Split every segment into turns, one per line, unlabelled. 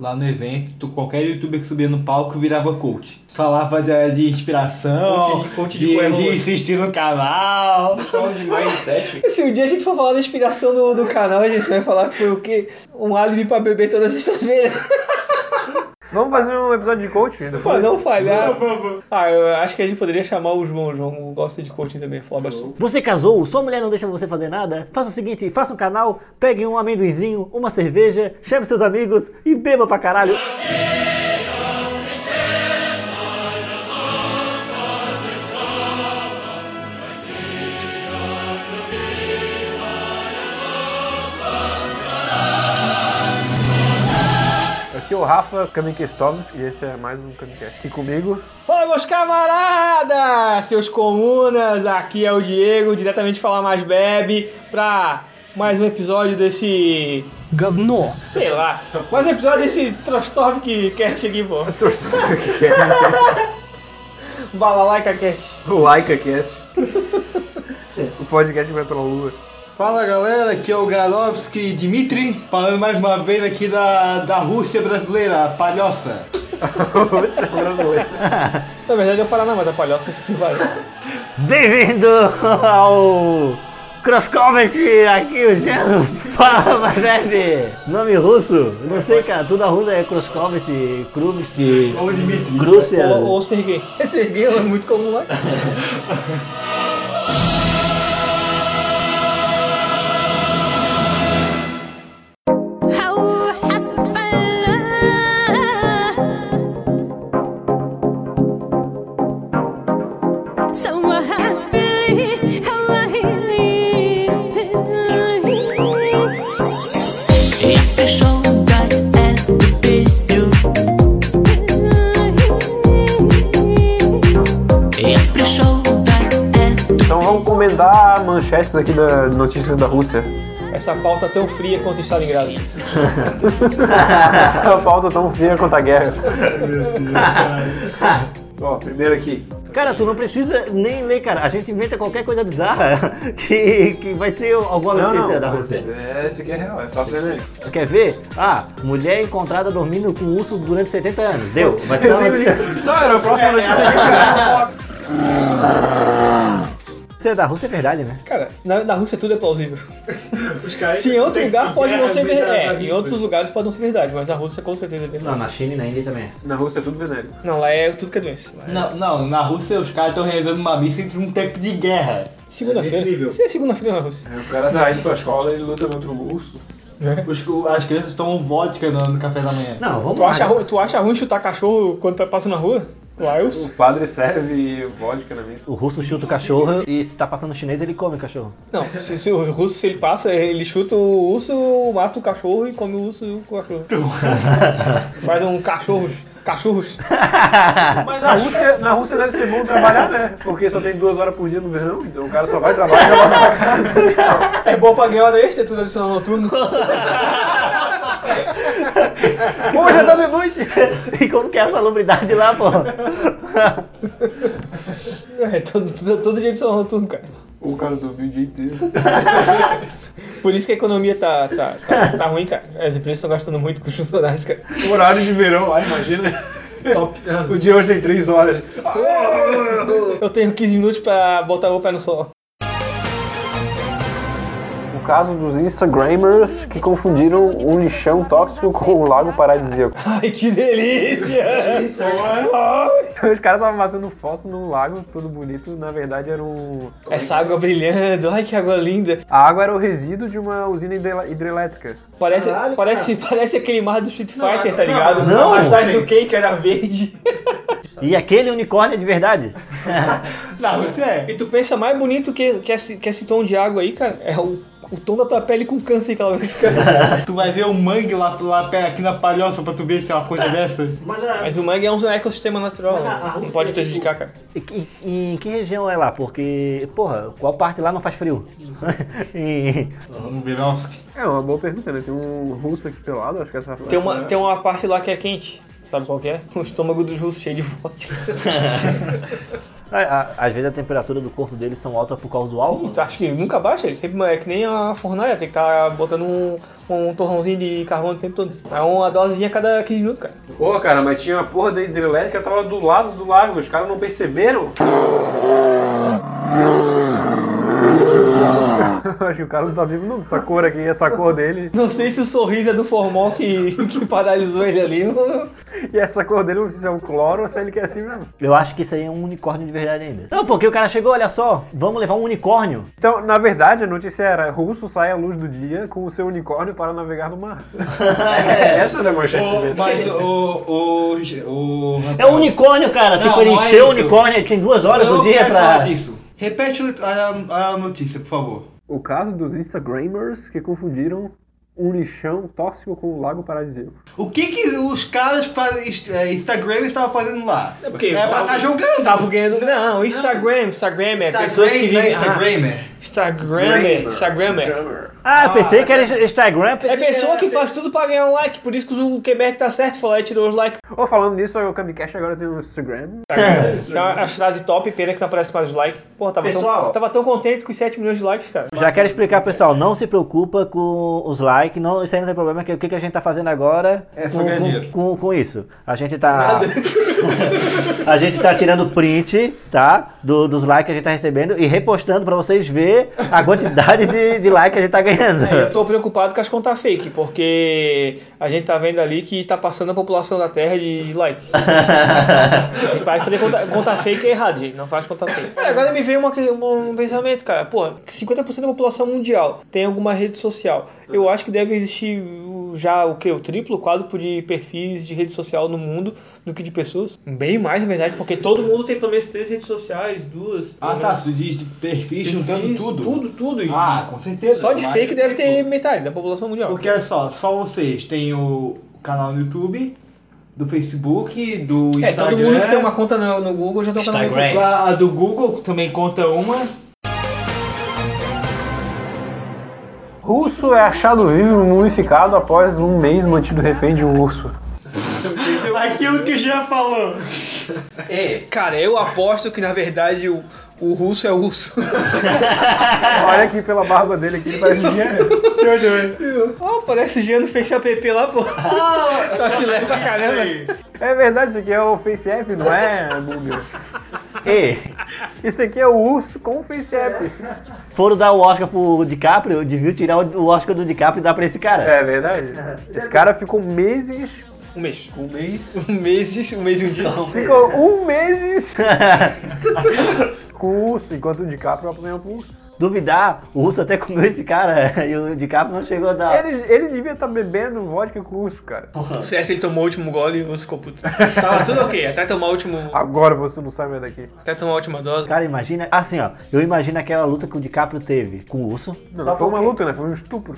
lá no evento, tu- qualquer youtuber que subia no palco virava coach. Falava de, de inspiração,
Coach de- coach de
de,
coelho.
de insistir no canal.
Falando de mindset.
Se um dia a gente for falar da inspiração do, do canal, a gente vai falar que foi o quê? Um álibi pra beber toda sexta-feira.
Vamos fazer um episódio de coaching
pra
depois?
não falhar. Ah, eu acho que a gente poderia chamar o João. O João gosta de coaching também, falar bastante.
Você casou, sua mulher não deixa você fazer nada? Faça o seguinte, faça um canal, pegue um amendoinzinho, uma cerveja, chame seus amigos e beba pra caralho.
Aqui é o Rafa Kamikestovski e esse é mais um Kamikest. Aqui comigo,
Fala, meus camaradas, seus comunas. Aqui é o Diego, diretamente de Falar Mais Bebe, pra mais um episódio desse.
Governor.
Sei lá. Mais um episódio desse Trostov que quer chegar, pô. Balalaica Cast.
o Laika Cast. o podcast que vai pela lua.
Fala galera, aqui é o Garovski Dmitri, falando mais uma vez aqui da, da Rússia brasileira, a palhoça.
Você é brasileiro.
Na verdade é o Paraná, da palhoça esse que vai.
Bem-vindo ao Cross Comedy, aqui o Geno fala, mas bebe. Nome russo, não sei cara, tudo a russa é Cross Comedy, Kruvski,
Ou Dmitri.
Grúcia.
Ou, ou Serguei. Serguei é muito comum lá.
هو حسب الله سواها بالليل هواهي
Я пришел дать эту песню. Я пришел дать эту
Então vamos comentar manchetes aqui da Notícias da Rússia.
Essa pauta tão fria quanto Stalingrado.
Essa é uma pauta tão fria quanto a guerra. Ó, primeiro aqui.
Cara, tu não precisa nem ler, cara, a gente inventa qualquer coisa bizarra que, que vai ser alguma notícia da Rússia.
É, esse aqui é real, é fato verídico.
Tu Quer ver? Ah, mulher encontrada dormindo com urso durante 70 anos. Deu. Vai ser uma notícia-
Não, é era a próxima notícia aqui.
notícia da Rússia é verdade, né?
Cara, na, na Rússia tudo é plausível. Se em outro lugar pode não ser verdade. É, em outros lugares pode não ser verdade, mas a Rússia com certeza é
Não,
verdade.
na China e na Índia também.
Na Rússia é tudo veneno.
Não, lá é tudo que é doença.
Não, não, na Rússia os caras estão realizando uma missa entre um tempo de guerra.
Segunda-feira.
nesse nível.
Isso é segunda-feira na Rússia.
Aí O cara tá indo pra escola e luta contra o urso.
Os- o- as crianças tomam vodka no, no café da manhã.
Não, vamos
Tu
lá.
acha, ru- tu acha ruim chutar cachorro quando tá passando na rua? Wiles?
O padre serve vodka na missa.
O russo chuta o cachorro e se tá passando chinês, ele come o cachorro.
Não, se, se o russo, se ele passa, ele chuta o urso, mata o cachorro e come o urso e o cachorro. Faz um cachorros, cachorros.
Mas na Rússia, na Rússia deve ser bom trabalhar, né? Porque só tem duas horas por dia no verão, então o cara só vai trabalhar e já volta pra casa.
É bom pra ganhar hora extra, tudo adicional noturno.
Pô, já tá de noite! e como que é a salubridade lá, pô?
É, todo, todo, todo dia adicional noturno, cara.
O cara dormiu o dia inteiro.
Por isso que a economia tá, tá, tá, tá ruim, cara. As empresas estão gastando muito com os funcionários, cara.
Horário de verão, ai, imagina. O dia hoje tem três horas.
Eu tenho 15 minutos pra botar o pé no sol.
O caso dos Instagrammers que confundiram um lixão tóxico com um lago paradisíaco.
Ai, que delícia! Ai,
Os caras estavam matando foto num lago, tudo bonito. Na verdade, era um.
Essa água brilhando, ai que água linda.
A água era o resíduo de uma usina hidrela- hidrelétrica.
Parece, parece, parece aquele mar do Street Fighter, tá ligado?
não,
a side do cake era verde.
E aquele unicórnio é de verdade?
Na Rússia é.
E tu pensa mais bonito que, que, esse, que esse tom de água aí, cara? É o, o tom da tua pele com câncer que ela vai ficar.
Tu vai ver o mangue lá, lá pé- aqui na palhoça pra tu ver se é uma coisa dessa.
Mas a...
Mas o mangue é um ecossistema natural,
Mas a- a
não
Rússia
pode
é
prejudicar, cara.
E, que- e em que região é lá? Porque, porra, qual parte lá não faz frio? E-
Vamos ver, nossa.
É uma boa pergunta, né? Tem um russo aqui pelado, acho que essa.
Tem uma,
essa-
tem uma parte lá que é quente. Sabe qual que é? O estômago dos russos cheio de vodka.
A- a- Às vezes a temperatura do corpo deles são alta por causa do álcool.
Sim, tu acha que nunca baixa? Ele sempre é que nem a fornalha, tem que estar botando um, um torrãozinho de carvão o tempo todo. É uma dosezinha a cada 15 minutos, cara.
Pô, cara, mas tinha uma porra da hidrelétrica que tava do lado do lago, os caras não perceberam? Acho que o cara não tá vivo, não. Essa cor aqui, essa cor dele.
Não sei se o sorriso é do formol que, que paralisou ele ali.
E essa cor dele, não sei se é um cloro ou se ele quer assim mesmo.
Eu acho que isso aí é um unicórnio de verdade ainda. Não, porque o cara chegou, olha só, vamos levar um unicórnio.
Então, na verdade, a notícia era: russo sai à luz do dia com o seu unicórnio para navegar no mar.
É, essa era a manchete do
O-
Metro.
mas o. O. o,
É um unicórnio, cara.
Não,
tipo,
não
ele
é
encheu o
isso.
unicórnio, tem duas horas
Eu
do
não
dia
quero
pra.
falar disso. Repete o- a, a notícia, por favor.
O caso dos Instagrammers que confundiram um lixão tóxico com o lago paradisíaco.
O que que os caras fazem, inst- é, Instagram estavam fazendo lá? É
porque-
pra estar jogando.
Tava ganhando. Não, Instagram, Instagram é pessoas que
Instagram, né?
vivem.
Instagram, é.
Ah, Instagram, Instagram.
Ah, eu pensei que era Instagram.
É
pensei que
pessoa
era-
que faz tudo pra ganhar um like, por isso que o Quebec tá certo, falou e tirou os likes.
Ou falando nisso, o Camicast agora tem um Instagram.
Então, a frase top, pena que não aparece mais os likes. Pô, tava, tão,
Pessoal.
tava tão contente com os 7 milhões de likes, cara.
Já quero explicar, pessoal, não se preocupa com os likes, não, isso aí não tem problema, que o que que a gente tá fazendo agora
É só
com,
ganhar
com-
dinheiro.
com- com isso. A gente tá. a gente tá tirando print, tá? Do- dos likes que a gente tá recebendo e repostando pra vocês ver a quantidade de, de like que a gente tá ganhando.
É
Eu tô preocupado com as contas fake, porque a gente tá vendo ali que tá passando a população da Terra de de like. E Vai fazer conta, conta fake é errado, gente. Não faz conta fake. Cara, agora me veio uma que- um, um pensamento, cara. Pô, 50% da população mundial tem alguma rede social. Eu acho que deve existir o- já o quê? O triplo, o quádruplo de perfis de rede social no mundo do que de pessoas. Bem mais, na verdade, porque todo mundo tem pelo menos três redes sociais, duas.
Ah, tá. Tu diz perfis juntando
Isso,
tudo?
Tudo, tudo.
Ah, com certeza.
Só de
mas-
fake deve ter metade da população mundial.
Porque olha só, só vocês têm o canal no YouTube, do Facebook, do Instagram.
É, todo mundo que tem uma conta no, no Google já tem um canal no YouTube.
Instagram.
A, a do Google também conta uma.
Russo é achado vivo e mumificado após um mês mantido refém de um urso.
Aquilo que já falou.
Ei,
Cara, eu aposto que na verdade o, o russo é urso.
Olha aqui pela barba dele aqui, parece um dinheiro.
Ó, parece o Giano fez app lá, pô. Tá filé pra caramba.
É verdade, isso aqui é o Face App, não é, Google?
E
Isso aqui é o urso com o Face App.
foram dar o Oscar pro DiCaprio, deviam tirar o o Oscar do DiCaprio e dar pra esse cara.
É verdade. Esse cara ficou meses.
Um mês.
Um mês?
Um mês, um mês e um dia.
Ficou um mês com o urso, enquanto o DiCaprio apanhou pro urso.
Duvidar, o Russo até comeu esse cara e o DiCaprio não chegou a dar.
Ele, ele devia estar bebendo vodka com o urso, cara.
Certo, ele tomou o último gole e o urso ficou puto. Tava tudo ok, até tomar, o último,
Agora você não sai mais daqui.
até tomar a última dose.
Cara, imagina, assim ó, eu imagino aquela luta que o DiCaprio teve com o urso.
Não, não foi uma luta, né? Foi um estupro.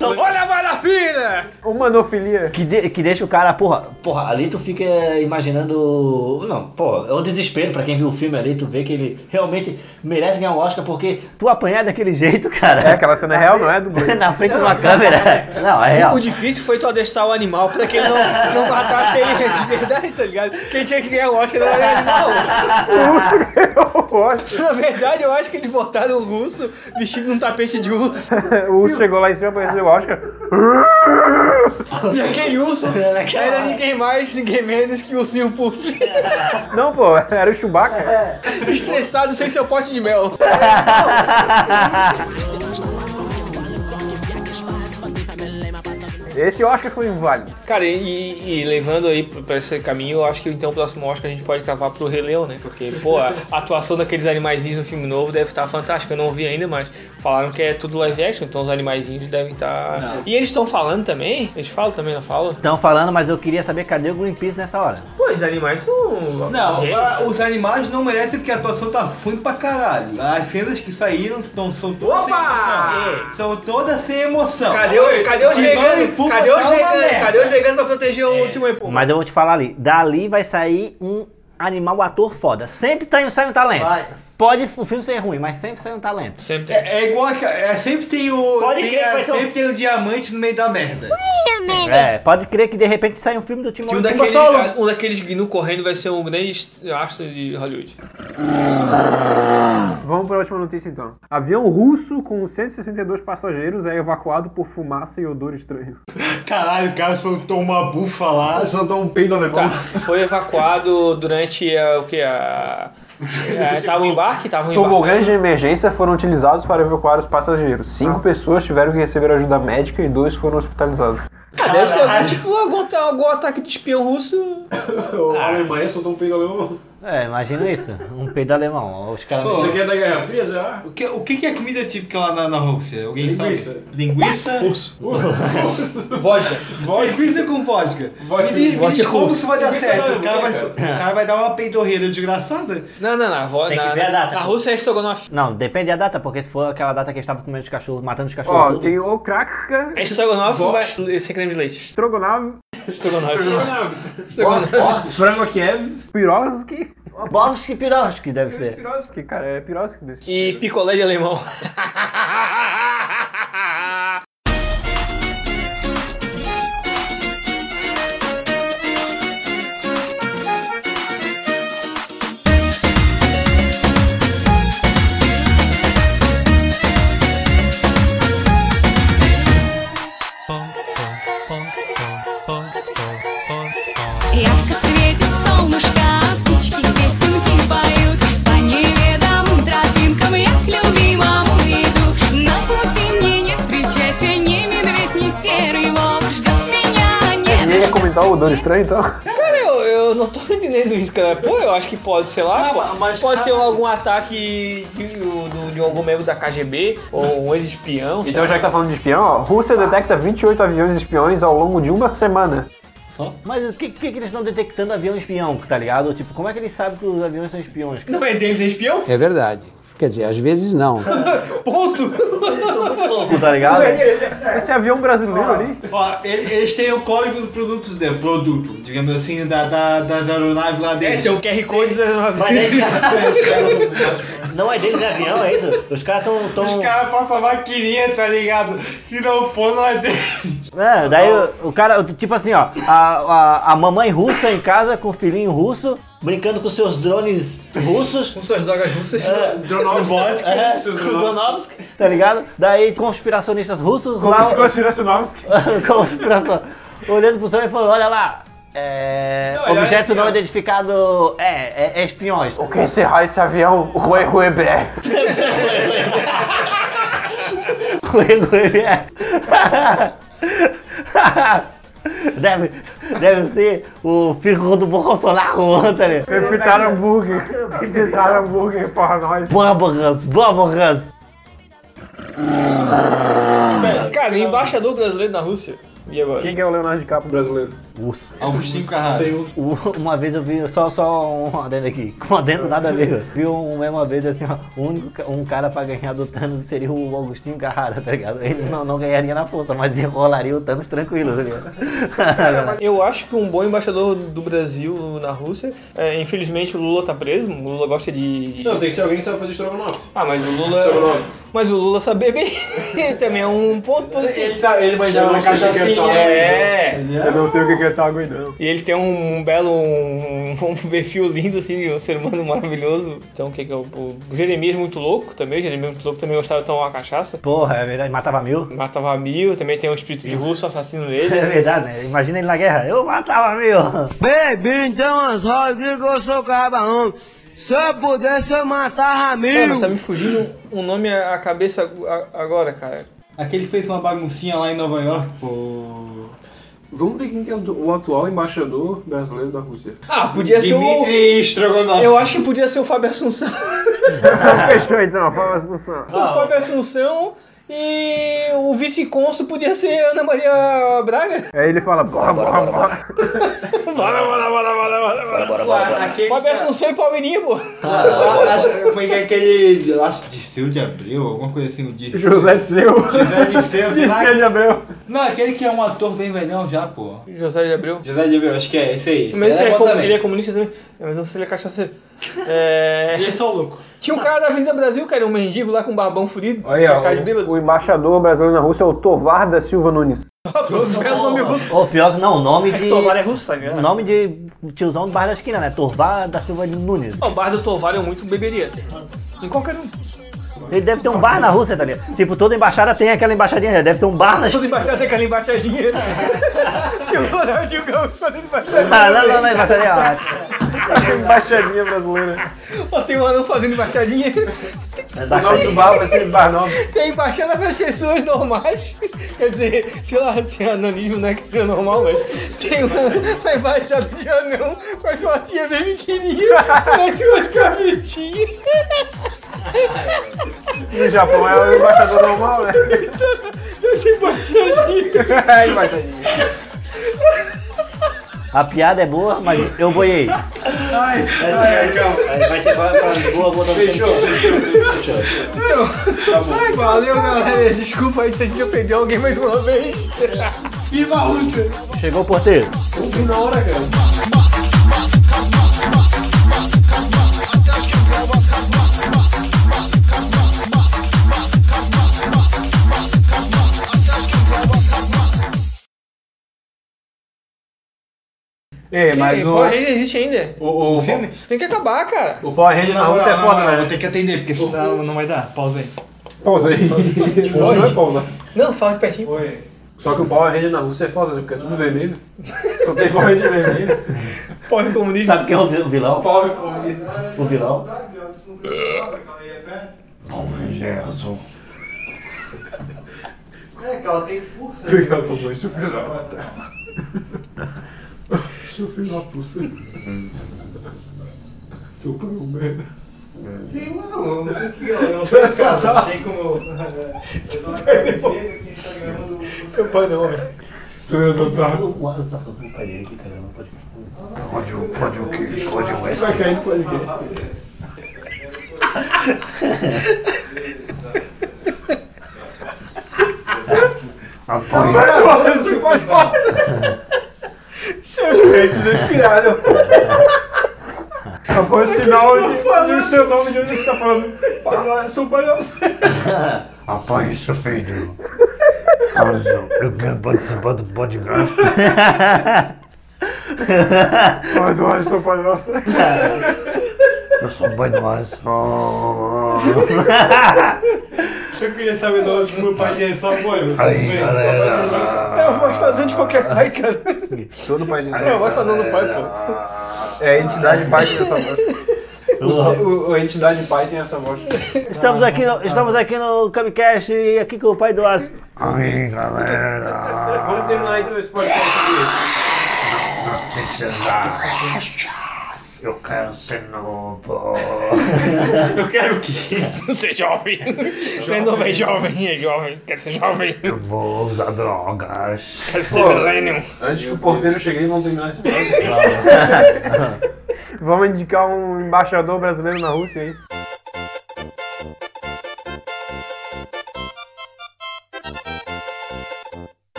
Olha a bala fina!
Uma nofilia.
Que, de- que deixa o cara, porra, porra, ali tu fica imaginando. Não, pô, é um desespero pra quem viu o filme ali, tu vê que ele realmente merece ganhar um Oscar, porque tu apanhar daquele jeito,
É,
cara.
aquela cena é real, não é, dublê?
Na frente de uma câmera. Não, é real.
O difícil foi tu adestrar o animal pra que ele não, não matasse ele de verdade, tá ligado? Quem tinha que ganhar o Oscar não era o animal.
O urso ganhou o Oscar.
Na verdade, eu acho que eles botaram o russo vestido num tapete de urso.
O urso chegou lá em cima pra receber o Oscar.
E aquele urso era né? ninguém mais, ninguém menos que o ursinho Puff.
Não, pô, era o Chewbacca.
Estressado sem seu pote de mel.
Esse Oscar foi inválido.
Cara, e, e levando aí pro- pra esse caminho, eu acho que então o próximo Oscar a gente pode cavar pro Rei Leão, né? Porque, pô, a atuação daqueles animaizinhos no filme novo deve estar fantástica. Eu não vi ainda, mas falaram que é tudo live action, então os animaizinhos devem estar. E eles estão falando também? Eles falam também, não falam?
Estão falando, mas eu queria saber cadê o Greenpeace nessa hora.
Pô, os animais são.
Não, ah, os animais não merecem porque a atuação tá ruim pra caralho. As cenas que saíram não são todas
Opa!
sem emoção. São todas sem emoção.
Cadê, o, cadê os
Timão e
veganos?
Pumba
Cadê os
tá uma
veganos?
merda.
Cadê os veganos pra proteger o último Epuma?
Mas eu vou te falar ali, dali vai sair um animal ator foda. Sempre tem, sai um talento.
Vai.
Pode o filme ser ruim, mas sempre sai um talento.
Sempre tem.
É, é igual a, é, sempre tem o.
Pode
tem
crer que
a-
vai ser um-
sempre tem o diamante no meio da merda.
É, pode crer que de repente sai um filme do Timão
Que um
e
daqueles,
Solo.
um daqueles gnu correndo vai ser um grande est- astro de Hollywood.
Vamos para a última notícia então. Avião russo com 162 passageiros é evacuado por fumaça e odor estranho.
Caralho, o cara soltou uma bufa lá.
Soltou um peido
Tá,
alemão.
foi evacuado durante a, o que? A, a, tava em embarque? Tava em embarque.
Tobogãs de emergência foram utilizados para evacuar os passageiros. Cinco pessoas tiveram que receber ajuda médica e dois foram hospitalizados.
Ah, deve ser algum, tipo algum, algum ataque de espião russo.
A Alemanha soltou um peido alemão.
É, imagina isso. Um peido alemão. Os caras.
Pô,
Isso aqui é da Guerra Fria, será?
O que, o que que é comida típica lá na, na Rússia? Alguém
Linguiça.
sabe? Linguiça.
Urso.
Vodka.
Linguiça com vodka.
Vodka-
me diz, me diz
vodka
como
russo.
isso vai dar
Linguiça
certo?
não,
O cara vai,
cara.
o cara vai dar uma peidorreira desgraçada?
Não, não, não. vo-
Tem que
na,
ver a
na-
data.
na Rússia é estrogonofe.
Não, depende da data, porque se for aquela data que eles estavam comendo os cachorros, matando os
Ó,
cachorros.
tem o Krakka,
É estrogonofe vai- sem creme de leite.
Strogonov,
Estrogonofe.
Frango Kiev, Pirovski.
Borovski Pirovski deve ser.
Pirovski, cara, é Pirovski desse.
E picolé de alemão.
Ярко светит солнышко, птички песенки поют. По неведомым тропинкам я к любимому иду. На пути мне не встречайся ни медведь, ни серый волк. Ждет меня
E
нет.
ele ia comentar o odor estranho, então?
Cara, eu, eu não tô entendendo isso, cara. Pô, eu acho que pode, sei lá, pô,
tá
pode ser algum ataque de, do- de algum membro da KGB ou um ex-espião. sei
Então, já que tá falando de espião, ó, Rússia detecta 28 aviões espiões ao longo de uma semana.
Mas o que, que, que eles estão detectando avião espião, tá ligado? Tipo, como é que eles sabem que os aviões são espiões?
Não é deles é espião?
É verdade. Quer dizer, às vezes não.
Ponto!
Tá ligado?
É, Esse avião brasileiro ali.
Ó, ele- eles têm o código do produto dele, produto, digamos assim, da, da- das aeronaves lá
É,
deles.
um
tem o QR Code
Mas é isso.
das
Não é deles de avião, é isso? Os caras estão. Tão...
Os caras passam a maquininha, tá ligado? Se não for, não é deles.
É, daí o, o cara, tipo assim, ó, a, a, a mamãe russa em casa com o filhinho russo, brincando com seus drones russos.
Com suas drogas russas.
Dronovski.
É, com o Donovsky, tá ligado? Daí conspiracionistas russos lá.
Conspiracionovski.
conspiração. Olhando pro céu e falando, olha lá. É,
Não, ele olha
objeto
assim,
não
ó.
identificado é, é, é espiões.
O que encerrar esse avião? é Rue Rue Bé.
deve, deve ser o filho do Bolsonaro, tá Antônio.
Fritar hambúrguer. Fritar hambúrguer para nós.
Vamos, Hans, vamos, Hans.
Cara, embaixador brasileiro na Rússia. E agora?
Quem que é o Leonardo DiCaprio brasileiro?
Urso.
Agostinho Carrasco.
U- Uma vez eu vi, só, só um adendo aqui, com adendo nada a ver. Vi um, uma vez assim, ó, o único ca- um cara pra ganhar do Thanos seria o Augustinho Carrara, tá ligado? Ele não, não ganharia na força, mas enrolaria o Thanos tranquilo, tá ligado?
Eu acho que um bom embaixador do Brasil na Rússia, é, infelizmente o Lula tá preso, o Lula gosta de.
Não, tem que ser alguém que sabe fazer estrogonofe.
Ah, mas o Lula. Mas o Lula saber bem também é um ponto positivo.
Ele, tá, ele manjava na caixa assim,
É.
Eu não sei o que que é tágua aí, não.
E ele tem um belo um, um perfil lindo assim, de um ser humano maravilhoso. Então o que que é o, o Jeremias muito louco também, o Jeremias muito louco também gostava de tomar uma cachaça.
Porra, é verdade, matava mil.
Matava mil, também tem um espírito de russo assassino nele.
É verdade, né? Imagina ele na guerra, eu matava mil.
Cara, mas tá me fugindo um nome à à cabeça a- agora, cara.
Aquele que fez uma baguncinha lá em Nova York, pô.
Vamos ver quem que é o o atual embaixador brasileiro da Rússia.
Ah, podia
um
ser o.
Dmitry Strogonoff.
Eu acho que podia ser o Fábio Assunção.
Fechou então, fala Assunção.
o Fábio Assunção e o vice-consul podia ser Ana Maria Braga.
Aí ele fala, bora, bora, bora.
bora, bora, bora, bora, bora, bora.
Aquele,
Fábio Assunção e Palmeirinha, pô.
Ah, acho, como é que é aquele. eu Acho de Seu de Abril, alguma coisa assim, o dia.
José Tizeu.
José de Seu, sei lá,
Disse de Abreu.
Não, aquele que é um ator bem velhão já, pô.
José de Abreu.
José de Abreu, acho que é esse aí.
Mas
Esse
ele, é
bom
com-
também.
ele é comunista também. É, Mas não sei se ele é cachaceiro. É...
Ele é só louco.
Tinha um cara da Avenida Brasil, cara, um mendigo lá com um barbão furido.
Olha,
tinha cara de
aí, ó,
bêbado.
o, o embaixador brasileiro na Rússia é o Tovar da Silva Nunes.
Pronto, belo é um nome russo.
Ou pior que não, o nome de.
Tovar é russo, sabe? né?
Nome de tiozão do bairro da esquina, né? Torvar da Silva de Nunes.
O bar do Tovar é muito beberia. Em qualquer um.
Ele deve ter um bar na Rússia, tá ligado? Tipo, toda embaixada tem aquela embaixadinha, né? deve ter um bar na
Toda embaixada tem aquela embaixadinha. Tinha o Ronaldinho Gaúcho fazendo embaixadinha.
Ah, não, não, não, embaixadinha. ó.
Embaixadinha brasileira.
Ó, Tem o anão fazendo embaixadinha.
O nome do assim, bar vai ser Bar Novo.
Tem embaixada para as pessoas normais. Quer dizer, sei lá, se é ananismo não é que seja normal, mas tem uma, uma embaixada de anão com as fotinhas bem pequenininhas, parece umas capetinhas.
No Japão é o embaixador normal, né?
Essa embaixadinha.
É, embaixadinha.
A piada é boa, mas eu boiei.
Aí, calma. Aí É, vai ter falando falando boa, boa, boa. Fechou.
Ai, valeu, galera. Desculpa aí se a gente ofendeu alguém mais uma vez.
Chegou o porteiro.
Ei, mas o,
Power Ranger existe ainda.
O, o filme?
Tem que acabar, cara.
o Power Ranger na
Não,
Rússia é
não,
foda,
não,
né?
Vou ter que atender, porque senão não vai dar. Pausa aí.
Pausa aí. Não é pausa.
Não, fala de pertinho.
Oi.
Só que o Power Ranger na Rússia é foda, né? Porque é tudo vermelho. Só tem Power Ranger vermelho.
Pobre comunista.
Sabe quem é o vil- vilão?
Power comunista.
O vilão?
É, que ela tem força.
Eu tô doido, seu filho da puta. Seu filho da puta. Teu pai é um merda.
Sei lá, eu não sei o que, né? eu não sei em casa, não tem como. eh,
Meu pai não, velho.
Tu é adotado.
O Wallace tá fazendo carinha aqui, cara. Não pode.
Vai cair no podcast. Agora você pode fazer.
Seus crentes expiraram.
Foi o sinal
tá
de, do seu nome de onde você tá falando. Fala, eu sou palhaço.
Apague seu filho. Olha só, eu quero participar do podcast.
Mas olha, eu sou palhaço.
Eu sou pai do Alisson.
Eu queria saber do onde meu pai é tinha só apoio.
Aí, galera.
É, Eu vou fazer de qualquer É, pai, cara.
Todo pai de
Eu vou fazer no pai, pô.
É, a entidade pai tem essa voz. O, o- a entidade pai tem essa voz.
Estamos aqui no, estamos aqui no Camicast e aqui com o pai do Wallace.
Aí, galera.
Vamos terminar então esse podcast aqui.
Princesas. Eu quero ser novo.
Eu quero o quê?
Ser é jovem. Ser novo é jovem, é jovem. Quer ser jovem.
Eu vou usar drogas.
Quer ser millennium.
Antes que o porteiro chegue, vamos terminar esse podcast. vamos indicar um embaixador brasileiro na Rússia aí.